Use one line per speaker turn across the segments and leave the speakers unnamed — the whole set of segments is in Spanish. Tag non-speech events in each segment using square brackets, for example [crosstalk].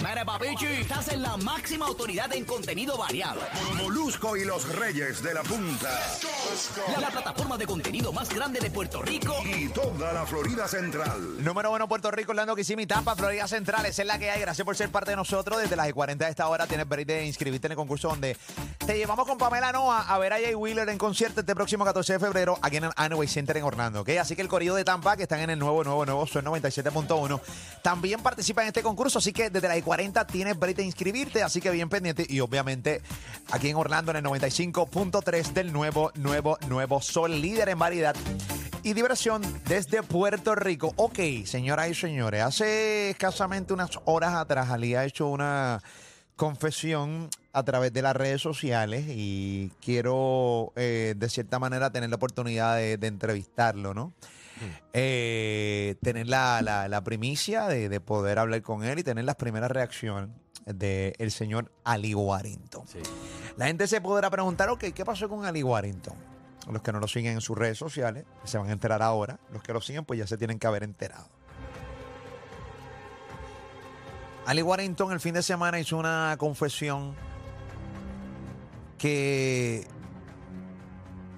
Mire, papichi, estás en la máxima autoridad en contenido variado.
Molusco y los Reyes de la Punta.
La, la plataforma de contenido más grande de Puerto Rico.
Y toda la Florida Central.
Número uno, Puerto Rico, Orlando, Kissimmee, Tampa, Florida Central. Esa es la que hay. Gracias por ser parte de nosotros. Desde las 40 de esta hora tienes break de inscribirte en el concurso donde te llevamos con Pamela Noa a ver a Jay Wheeler en concierto este próximo 14 de febrero aquí en el Anyway Center en Orlando. ¿ok? Así que el corrido de Tampa, que están en el nuevo, nuevo, nuevo Sol 97.1, también participa en este concurso. Así que desde las 40 tienes break de inscribirte. Así que bien pendiente. Y obviamente aquí en Orlando en el 95.3 del nuevo, nuevo, nuevo Sol, líder en variedad y diversión desde Puerto Rico. Ok, señoras y señores, hace escasamente unas horas atrás Ali ha hecho una confesión a través de las redes sociales y quiero eh, de cierta manera tener la oportunidad de, de entrevistarlo, ¿no? Eh, tener la, la- la primicia de, de poder hablar con él y tener las primeras reacciones del señor Ali Warrington. La gente se podrá preguntar, ok, ¿qué pasó con Ali Warrington? Los que no lo siguen en sus redes sociales se van a enterar ahora. Los que lo siguen, pues ya se tienen que haber enterado. Ali Warrington el fin de semana hizo una confesión que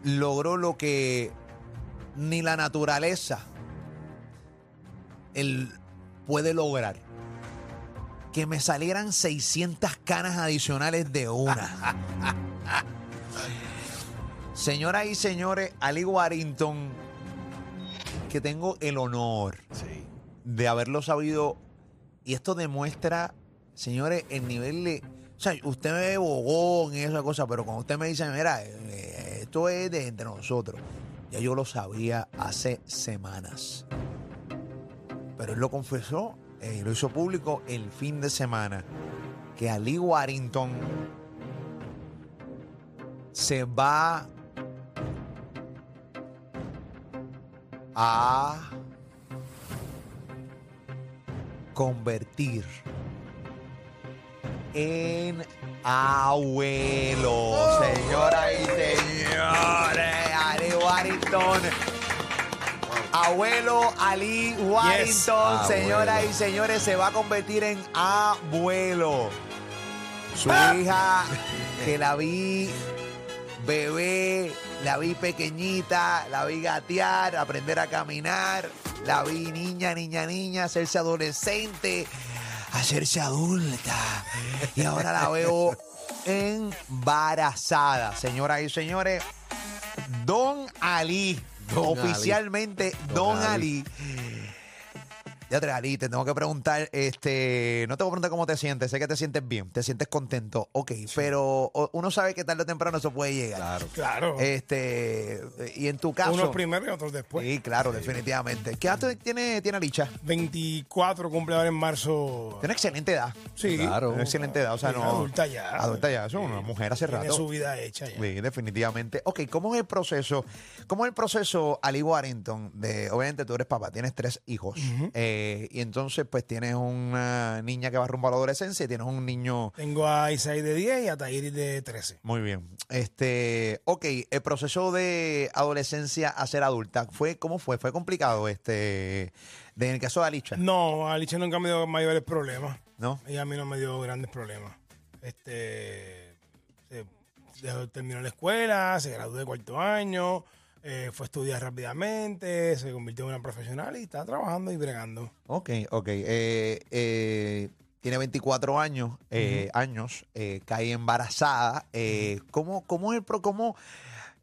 logró lo que ni la naturaleza él puede lograr. Que me salieran 600 canas adicionales de una. Señoras y señores, Ali Warrington, que tengo el honor de haberlo sabido. Y esto demuestra, señores, el nivel de. O sea, usted me ve bogón y esa cosa, pero cuando usted me dice, mira, eh, esto es de entre nosotros. Ya yo lo sabía hace semanas. Pero él lo confesó eh, y lo hizo público el fin de semana. Que Ali Warrington se va a convertir en abuelo, señoras y señores. Ali Warrington. Abuelo Ali Warrington, señoras y señores, se va a convertir en abuelo. Su hija, que la vi bebé, la vi pequeñita, la vi gatear, aprender a caminar, la vi niña, niña, niña, hacerse adolescente, hacerse adulta. Y ahora la veo embarazada, señoras y señores. Don Ali,
Don
oficialmente Don,
Don
Ali.
Ali.
Ya te Ali, te tengo que preguntar, este, no te voy a preguntar cómo te sientes, sé que te sientes bien, te sientes contento, ok, pero o- uno sabe que tarde o temprano eso puede llegar.
Claro.
Este, y en tu caso.
Unos primero y otros después.
Sí, claro, definitivamente. ¿Qué edad te- tiene, tiene Alicia?
24 cumple ahora en marzo.
Tiene excelente edad.
Sí.
Claro.
Tiene excelente edad, o sea,
Sí,
no.
adulta ya.
Adulta ya, es una mujer hace
Tiene
rato.
su vida hecha ya.
Sí, definitivamente. Ok, ¿cómo es el proceso? ¿Cómo es el proceso, Ali Warrington? De, obviamente tú eres papá, tienes tres hijos. Eh, y entonces, pues tienes una niña que va rumbo a la adolescencia y tienes un niño.
Tengo a Isaí de 10 y a Tahiri de 13.
Muy bien. Este, ok, el proceso de adolescencia a ser adulta, fue ¿cómo fue? ¿Fue complicado este de, en el caso de Alicia?
No, a Licha nunca me dio mayores problemas.
¿No?
Ella a mí no me dio grandes problemas. Este. se- dejó- terminó la escuela, se graduó de cuarto año, eh, fue a estudiar rápidamente, se convirtió en una profesional y está trabajando y bregando.
Ok, ok. Eh, eh, tiene 24 años, eh, años eh, cae embarazada. Eh, ¿cómo, ¿Cómo es el pro? ¿Cómo?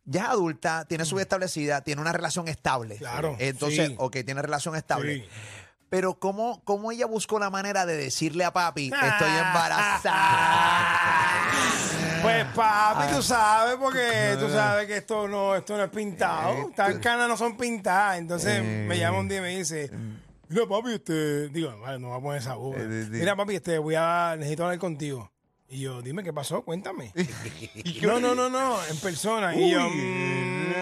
Ya es adulta, tiene su vida establecida, tiene una relación estable.
Claro,
Entonces,
sí.
ok, tiene relación estable.
Sí.
Pero ¿cómo, ¿cómo ella buscó la manera de decirle a papi, estoy
Ah. [laughs]
embarazada?
Pues papi, tú sabes, porque tú sabes que esto no, esto no es pintado. Estas canas no son pintadas. Entonces me llama un día y me dice, mira papi, este, digo, "Vale, no va a poner esa voz.
Eh, sí.
Mira papi, este, voy a, necesito hablar contigo. Y yo, dime qué pasó, cuéntame. no, no, no, no, en persona. Y yo, "Mm,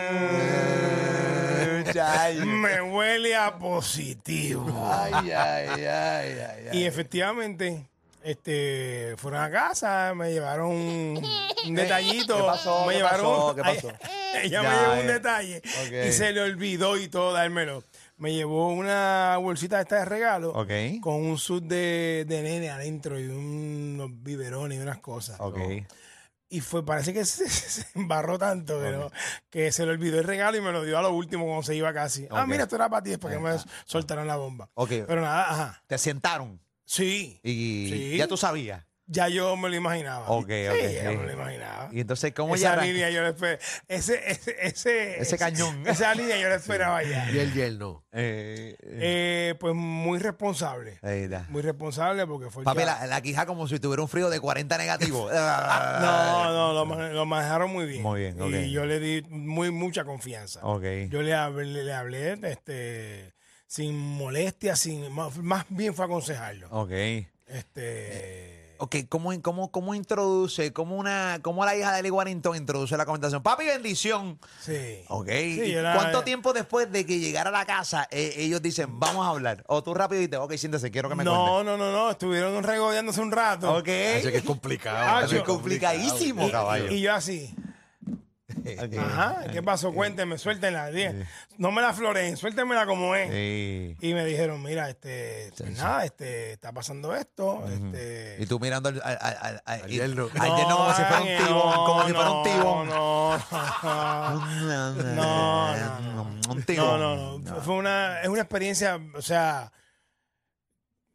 me huele a positivo.
Ay, ay, ay, ay, ay.
Y efectivamente, este, fueron a casa, me llevaron un,
[laughs]
un detallito.
¿Qué pasó?
Me
¿Qué
llevaron,
pasó? ¿Qué pasó?
[laughs]
Ya,
Ella me llevó un
eh.
detalle
Ok.
y se le olvidó y todo dármelo. me llevó una bolsita de esta de regalo
Ok.
con un sud de, de nene adentro y unos biberones y unas cosas.
Ok.
Y fue, parece que [laughs] se, se embarró tanto que, no- que se le olvidó el regalo y me lo dio a lo último cuando se iba casi. Ah,
Ok.
mira, esto era para ti, es para que me soltaron la bomba.
Ok.
Pero nada, ajá.
Te sentaron
Sí.
y
Sí.
ya tú sabías.
Ya yo me lo imaginaba.
Ok,
Sí,
ok,
ya
sí.
me lo imaginaba.
Y entonces, ¿cómo
esa
ya arran-
línea yo la esperaba. Ese, ese, ese,
Ese cañón.
[laughs] Esa línea yo la esperaba ya.
Y el yerno.
Eh, eh,
Eh, pues muy responsable.
ahí está.
Muy responsable porque fue.
Papi,
Pues ya-
la, la quija como si tuviera un frío de 40
[laughs]
negativo. Ah,
No, no, lo, mane- lo manejaron muy bien.
Muy bien,
Y
ok.
yo le di muy mucha confianza.
Ok.
Yo le hablé, le hablé este, sin molestia, sin más, más bien fue aconsejarlo.
Ok.
Este,
Ok, ¿cómo, cómo, cómo introduce, cómo, una, cómo la hija de Eli Warrington introduce la comentación? Papi, bendición.
sí.
Ok.
Sí,
¿Y
yo la-
¿Cuánto tiempo después de que llegara a la casa eh, ellos dicen, vamos a hablar? O tú rápido dices, ok, siéntese, quiero que me
No, no, no, no. Estuvieron regodeándose un rato.
cuentes.
Así
Ok.
que es complicado.
Ah,
eso
yo-
es
complicadísimo, Eh,
complicado.
caballo.
Y yo así.
Ok.
Ajá, ¿qué pasó? Cuénteme, suéltenla. dije, No me la floren, suéltemela como es.
Sí.
Y me dijeron, mira, este, pues nada, este, está pasando esto, este.
Y tú mirando al, al, al, al-
Al
y-
yerno.
al yerno como si fuera un
Ángel,
tibón,
no,
como si fuera un tibón.
No, no,
[laughs]
no. No, no, no.
Un
No,
tibón.
no, no. Fue una, es una experiencia, o sea,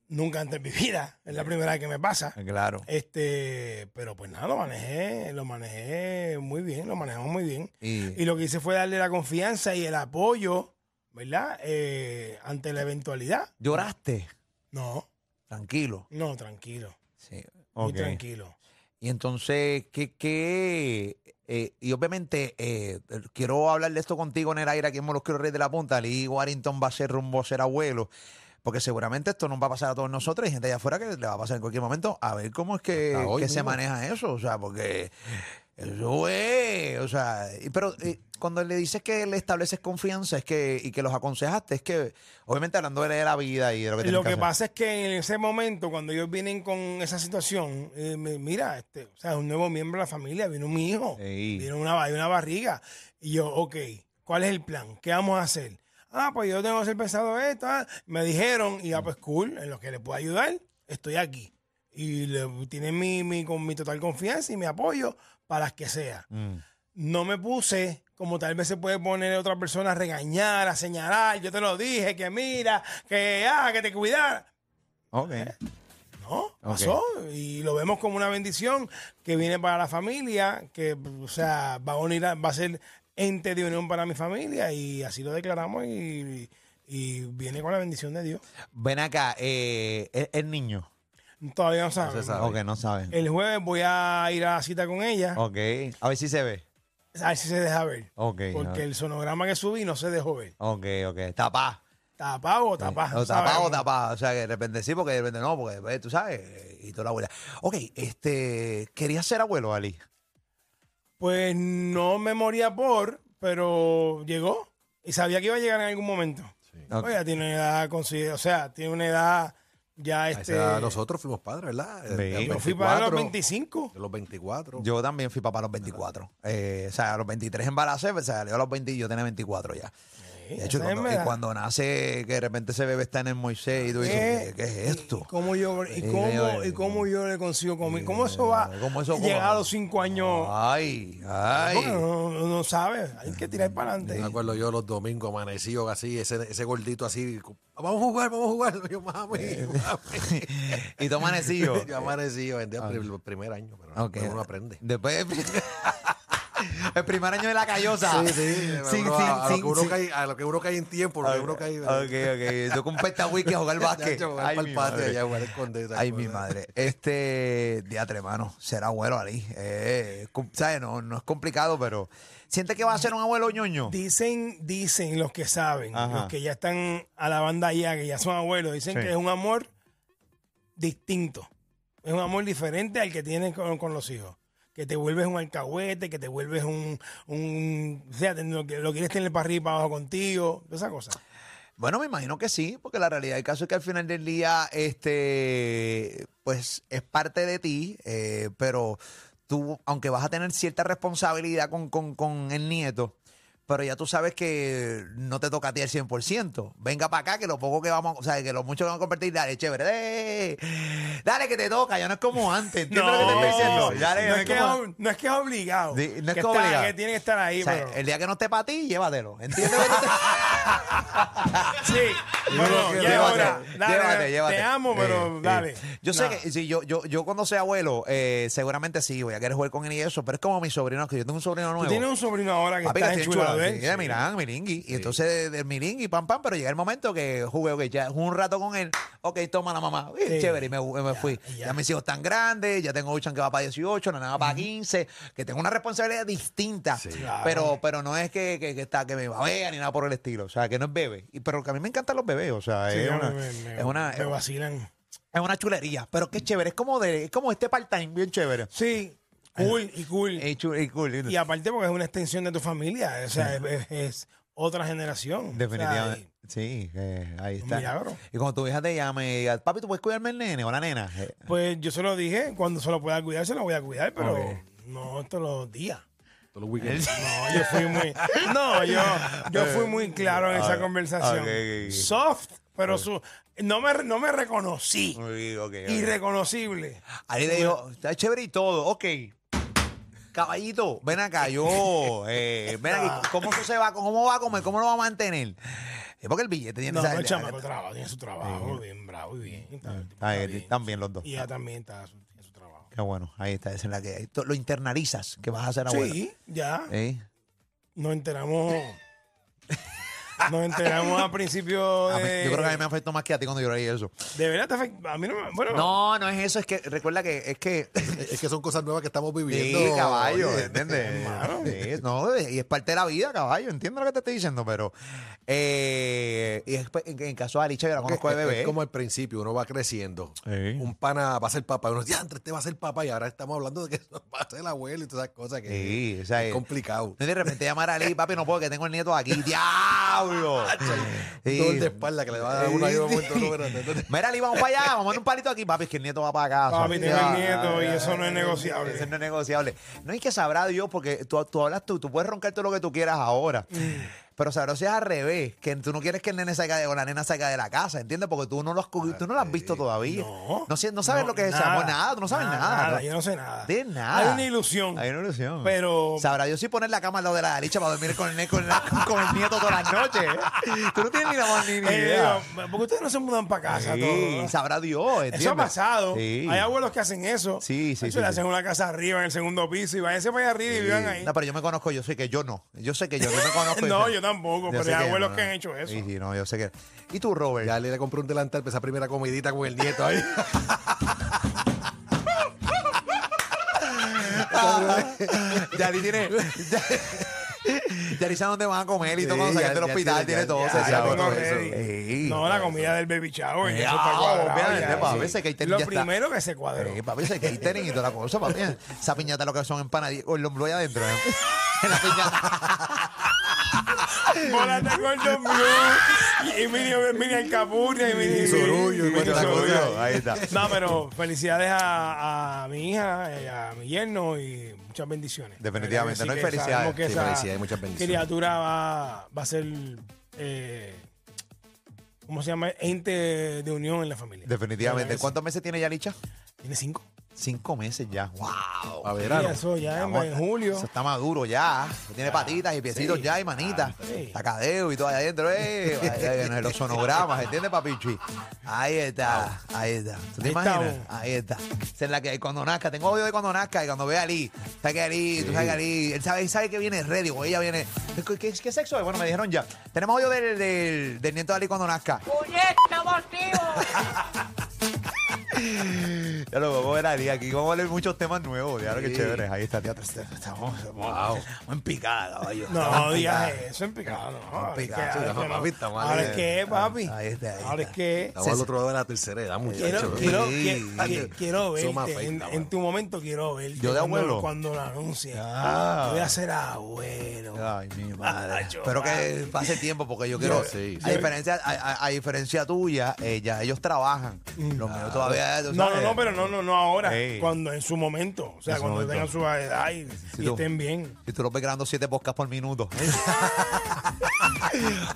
nunca antes vivida. Es la primera vez que me pasa.
Claro.
Eh, Este, pero pues nada, lo manejé, lo manejé muy bien, lo manejamos muy bien.
Y-
Y lo que hice fue darle la confianza y el apoyo, ¿verdad? Eh, ante la eventualidad.
Lloraste.
No,
Tranquilo.
no, tranquilo.
Sí.
Muy tranquilo.
Y entonces, ¿qué? qué eh, y obviamente, eh, quiero hablar de esto contigo en el aire aquí en Molusquero Rey de la Punta. Lee Warrington va a ser rumbo a ser abuelo. Porque seguramente esto no va a pasar a todos nosotros. Hay gente allá afuera que le va a pasar en cualquier momento. A ver cómo es que,
Hasta hoy
que se
mismo.
maneja eso. O sea, porque eso es. O sea, y- pero eh, cuando le dices que le estableces confianza es que y que los aconsejaste, es que, obviamente, hablando de la vida y de lo que tienen
Lo que
hacer.
pasa es que en ese momento, cuando ellos vienen con esa situación, eh, me- mira, este, o sea, un nuevo miembro de la familia, vino mi hijo,
Ey.
vino una, hay una barriga. Y yo, ok, ¿cuál es el plan? ¿Qué vamos a hacer? Ah, pues yo tengo que hacer pensado esto. ah. Me dijeron, y ya, pues cool, en lo que le pueda ayudar, estoy aquí. Y le, tienen mi, mi- con mi total confianza y mi apoyo para las que sea.
Mm.
No me puse, como tal vez se puede poner otra persona a regañar, a señalar. Yo te lo dije, que mira, que, ah, que te cuidara.
Ok.
No, pasó. Y lo vemos como una bendición que viene para la familia, que, o sea, va a unir, a- va a ser ente de unión para mi familia. Y así lo declaramos y, y viene con la bendición de Dios.
Ven acá, eh, el, el niño.
Todavía no Eh, sabemos.
se sabe.
Ok, no saben.
El jueves voy a ir a la cita con ella,
Ok, a ver si se ve.
a ver si se deja ver.
Ok.
Porque el sonograma que subí no se dejó ver.
Ok, ok. Tapá.
Tapá o tapá.
O tapá
no
o
sabemos.
tapá. O sea, que de repente sí, porque de repente no, porque pues, tú sabes, eh, y toda la abuela. Ok, este, quería ser abuelo, Ali.
Pues no me moría por, pero llegó y sabía que iba a llegar en algún momento.
Ok.
Oye, tiene una edad consider- o sea, tiene una edad ya
A
este.
esa edad nosotros fuimos padres, ¿verdad? Eh,
Sí.
De
yo fui para los
24,
25.
De los 24.
Yo también fui papá a los 24. Eh, o sea, a los 23 embaracé, pues, o sea, yo a los 20 y yo tenía 24 ya.
Sí,
De hecho,
Eh, esa
cuando,
es mi
y
edad.
cuando nace, que de repente ese bebé está en el Moisés y tú dices, ¿qué,
Eh,
qué es esto?
¿Y cómo yo, y
Sí,
cómo,
señor.
y cómo yo le consigo comer? ¿Cómo eso va?
¿Cómo eso
llegar
cómo?
a los 5 años.
Ay, ay.
Porque uno, uno sabe, hay que tirar para
Me
Eh.
adelante.
acuerdo yo los domingos amanecido así, ese, ese gordito así, vamos a jugar, vamos a jugar. [laughs] Yo, mami,
Eh.
mami.
[laughs] y
[laughs]
tú amanecillo.
Yo amanecido en el primer año, pero
Ah. Ok.
uno aprende. [laughs]
Después. El primer año de la callosa.
Sí, sí,
Sin-
uno- a, a
sin-
lo que uno
sin-
cae, a lo que uno cae en tiempo, lo que uno cae...
Ok, ok. Yo con un wiki a jugar básquet.
[laughs] Ya, jugar
Ay,
pa'l
mi
patio,
madre.
allá jugar escondite,
Ay, mi
cosas.
madre. Este diatre, hermano, ser abuelo Ali. Eh, com- ¿sabes? No, no es complicado, pero. ¿Siente que va a ser un abuelo ñoño?
Dicen, dicen los que saben,
Ajá.
los que ya están a la banda ya, que ya son abuelos, dicen
Sí.
que es un amor distinto. Es un amor diferente al que tienes con, con los hijos. Que te vuelves un alcahuete, que te vuelves un... un o sea, te- lo, que- lo quieres tener para arriba y para abajo contigo, todas esas cosas.
Bueno, me imagino que sí, porque la realidad del caso es que al final del día, este, pues es parte de ti, eh, pero tú, aunque vas a tener cierta responsabilidad con, con- con el nieto, pero ya tú sabes que no te toca a ti el 100%. Venga para acá que lo poco que vamos, o sea, que lo mucho que vamos a compartir, dale, chévere, dale, dale que te toca, ya no es como antes, ¿entiendes lo que te estoy diciendo? Dale,
no, es que
como-
ob- no es que es obligado.
Di- no es
que
que
está-
obligado.
que tiene que estar ahí,
o sea,
pero-
el día que no esté para ti, llévatelo, ¿entiendes? lo que te estoy-
Sí, bueno,
Llévate,
ya es hora.
llévate,
Dale,
llévate,
dale,
llévate.
Te amo, pero
Eh,
dale.
eh. Yo sé
Nah.
que si yo, yo, yo cuando sea abuelo, eh, seguramente sí, voy a querer jugar con él y eso, pero es como mis sobrinos, que yo tengo un sobrino nuevo.
Tú tienes un sobrino ahora que
Papi,
está
que estoy
enchulado,
enchulado,
¿eh?
sí, de Milán, Milingui. Y entonces del Milingui, pam, pam, pero llega el momento que jugué, ok, ya jugué un rato con él, ok, toma la mamá, Uy,
Sí.
chévere, y me, me fui. Ya.
ya.
mis hijos están grandes, ya tengo Uchan que va para 18, Nanaba para 15, que tengo una responsabilidad distinta,
Claro.
pero, pero no es que, que, que está, que me babea ni nada por el estilo, o sea, que no es bebé. Y, pero que a mí me encantan los bebés, o sea,
Sí,
es,
ya
una,
me- me-
es, una,
Me vacilan.
es una chulería, pero qué chévere, es como, de, es como este part-time bien chévere.
Sí, cool y cool.
Es chu- es cool.
Y aparte porque es una extensión de tu familia, o sea, es, es otra generación.
Definitivamente.
O
Sí, eh, ahí
un
está.
milagro.
Y cuando tu hija te llame y diga, papi, ¿tú puedes cuidarme el nene o la nena? Eh,
sea, pues yo se lo dije, cuando se lo pueda cuidar, se lo voy a cuidar, pero
Ok.
no todos los días.
Todos
[laughs]
los weekends.
No, yo fui muy, no, yo, yo fui muy claro en esa conversación.
Ah, ok, ok.
Soft, pero su, no, me, no me reconocí.
uy, ok, ok.
Irreconocible.
Ahí le dijo, está chévere y todo, ok. Caballito, ven acá,
[laughs]
yo, eh, ven
Ah.
aquí, ¿cómo eso se va? ¿Cómo va a comer? ¿Cómo lo va a mantener? Es porque el billete tiene
No,
esa-
no, el chamaco trabaja, tiene su trabajo, bien bravo y bien. está- el tipo
Ahí
está bien.
están bien Ah, eh, los dos. Ah,
Y ella también está en su, tiene su trabajo.
Qué bueno, ahí está, esa es la que hay. Lo internalizas, que vas a hacer abuelo.
Sí, ya.
¿Eh?
Nos enteramos.
[laughs]
nos enteramos a principio
A mí-
de.
yo creo que a mí me afectó más que a ti cuando yo leí eso.
De verdad te afecta. A mí no me. Bueno,
No, [laughs] no es eso, es que recuerda que es que
es que son cosas nuevas que estamos viviendo.
Sí, caballo,
Oye,
¿entiendes? Sí, no, y es parte de la vida, caballo, entiendo lo que te estoy diciendo, pero eh, y es- en, en caso de Alicia, yo la conozco de
Eh, es- es
bebé.
como al principio, uno va creciendo.
Sí.
Un pana va a ser papá. Uno dice, antes este va a ser papá. Y ahora estamos hablando de que [laughs] va a ser el abuelo y todas esas cosas que
Sí, o sea,
es
eh,
complicado.
no, y de repente llamar a Ali, papi, no puedo, que tengo el nieto
[laughs]
aquí. ¡Diablo! Sí.
Todo el de espalda que le va a dar una ayuda muerto.
[laughs]
[laughs] No, espérate, entonces-
Mira, Ali, vamos para allá, vamos a dar un palito aquí, papi, es que el nieto va para acá.
Papi, tengo el nieto y eso no es negociable.
Eso no es negociable. No hay que sabrá Dios, porque tú, tú hablas tú, tú puedes roncar todo lo que tú quieras ahora.
Mm.
Pero sabrá si es al revés, que tú no quieres que el nene salga de, o la nena salga de la casa, ¿entiendes? Porque tú no lo has, cu- tú no lo has visto todavía.
No.
No, sé- no sabes lo que es ese amor, nada, tú no sabes nada.
yo no sé nada.
De nada.
Hay una ilusión.
Hay una ilusión.
Pero-
Sabrá Dios si poner la cama al lado de la licha para dormir con el, ne- con la- con el [laughs] nieto todas las noches. Tú no tienes ni la más ni
Eh,
idea.
digo, porque ustedes no se mudan para casa
Sí,
todos?
sabrá Dios.
Eso ha
¿entiendes?
pasado.
Sí.
Hay abuelos que hacen eso.
Sí, sí, sí,
Eso le
sí.
hacen una casa arriba, en el segundo piso, y váyanse para allá arriba y vivan ahí.
No, pero yo me conozco, yo sé que yo no. Yo sé que yo, yo me
[laughs]
conozco.
No,
sé-
yo tampoco, pero
sé
hay
que
abuelos que han hecho eso.
Sí, sí, no, yo sé que. ¿Y tú, Robert?
Ya le compré un delantal para esa primera comidita con
[laughs]
el nieto ahí.
Yari
[laughs]
tiene. Yari sabe dónde van a comer y todo
Sí,
cuando
ya-
salen del
ya
hospital,
tiene-
tiene
ya-
todo.
ya-
se
ya
sabe
tengo
todo
ready.
Ah, eso. Ey,
No, la comida del baby shower.
Ya,
Ya, eso está cuadrado,
obviamente,
ya,
papi,
sí.
ese catering
Lo
ya está. Eh,
primero que se cuadró. [laughs]
ey, papi, ese catering y toda la cosa, papi. eh. Esa piñata lo que son empanadillas. O el hombro allá adentro. ¿eh? La piñata.
Volate con Don Blue. Y Mini, Mini Alcapurria. Y Mini.
Y Sorullo, y
Mini
cuánta
Sorullo.
cosa.
Ahí está.
No, pero felicidades a, a mi hija, eh, a mi yerno y muchas bendiciones.
Definitivamente,
Así
no hay
que
felicidades.
sabemos que
Sí,
esa
felicidades, muchas bendiciones.
Criatura va, va a ser. eh, ¿Cómo se llama? Ente de unión en la familia.
Definitivamente.
Claro que
¿Cuántos meses tiene ya Licha?
sí. Tiene cinco.
Cinco meses ya. ¡Wow!
A
Sí,
verano.
eso ya en,
Amor,
en julio.
Eso está maduro ya. Tiene patitas y piecitos
sí. Ah,
ya y manitas.
sí.
Tacadeo y todo allá adentro.
[laughs]
Eh. Ahí- ahí vienen Los sonogramas, ¿entiendes, papichi? Ahí está, ahí está. ¿Tú te
Ahí
imaginas?
estamos.
Ahí está. Esa es la que hay cuando nazca. Tengo odio de cuando nazca y cuando ve a Ali. Sabe que Ali, tú sabes que Ali, él sabe, él sabe que viene ready o ella viene. ¿Qué, qué, qué sexo es? Bueno, me dijeron ya. Tenemos odio del, del, del nieto de Ali cuando nazca.
¡Puñeta, motivo!
Ya lo vamos a ver Ali aquí. Vamos a ver muchos temas nuevos. Ya lo que
Sí.
chévere. Ahí está, tía. Estamos, wow. en picada, caballo.
No, digas eso en picado. No, ahora es
picado,
que-
sí,
ahora
no,
es que no.
papi, estamos
Ahora
ahí.
es que, papi.
Ah, Ahí está, ahí
Ahora es
está.
que.
Estamos al otro lado de la tercera edad, muchachos.
Quiero, quiero,
Sí.
qui- qui- quiero
Eso me
verte.
afecta,
En,
mano.
en tu momento quiero verte.
¿Yo de
cuando-
abuelo?
Cuando lo anuncie.
Ah.
Voy a ser abuelo.
Ay, mi madre.
Nacho,
Espero que pase tiempo porque yo quiero.
Yo sí,
a,
sí.
diferencia, a, a- a diferencia tuya, eh, ya ellos trabajan. Los míos todavía. tú
Mm. Ah, No, no,
sabes,
no, pero no, no, no, no ahora.
Ey.
Cuando en su momento. O sea,
En su
cuando
momento.
tengan su edad y, y
tú.
estén bien.
Y tú lo ves grabando siete podcasts por
[laughs]
minuto.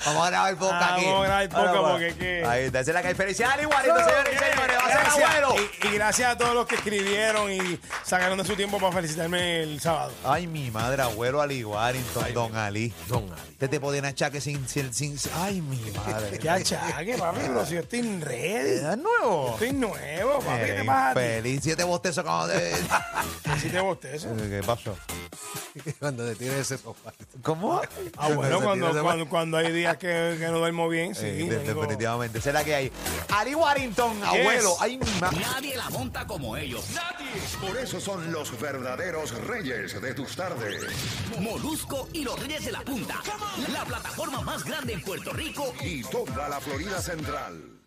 Vamos a grabar podcast
Ah,
aquí.
vamos a grabar podcast
Ahora,
porque es que-
Ahí está, esa es la que hay. Felicidades, igualito, señores y señores. Va a ser
Gracias.
abuelo.
Y, y gracias a todos los que escribieron y sacaron de su tiempo para felicitarme el sábado.
Ay, mi madre, abuelo Ali Warrington, Don Ali.
Don Ali.
Te te podían achaque sin, sin, sin- Ay, mi madre.
[laughs] Qué achaque, papi, pero si yo estoy en ready.
¿Es nuevo?
Estoy nuevo, papi. ¿Qué
Eh,
te pasa a ti?
Feliz, siete bostezos como
[laughs]
de... Eh,
Si
[laughs]
te bostezo.
¿Qué pasó?
[laughs]
Eh,
Cuando te tires ese sofá.
¿Cómo?
Ah, bueno,
Se
cuando,
tira de-
cuando, cuando hay días que, que no duermo bien, sí.
Eh, de-
tengo-
definitivamente, esa es la que hay. Ali Warrington, abuelo. Ay, mi madre.
Nadie la monta como ellos. Nadie.
Por eso son los verdaderos reyes de tus tardes.
Molusco y los Reyes de la Punta. La plataforma más grande en Puerto Rico
Y toda la Florida Central.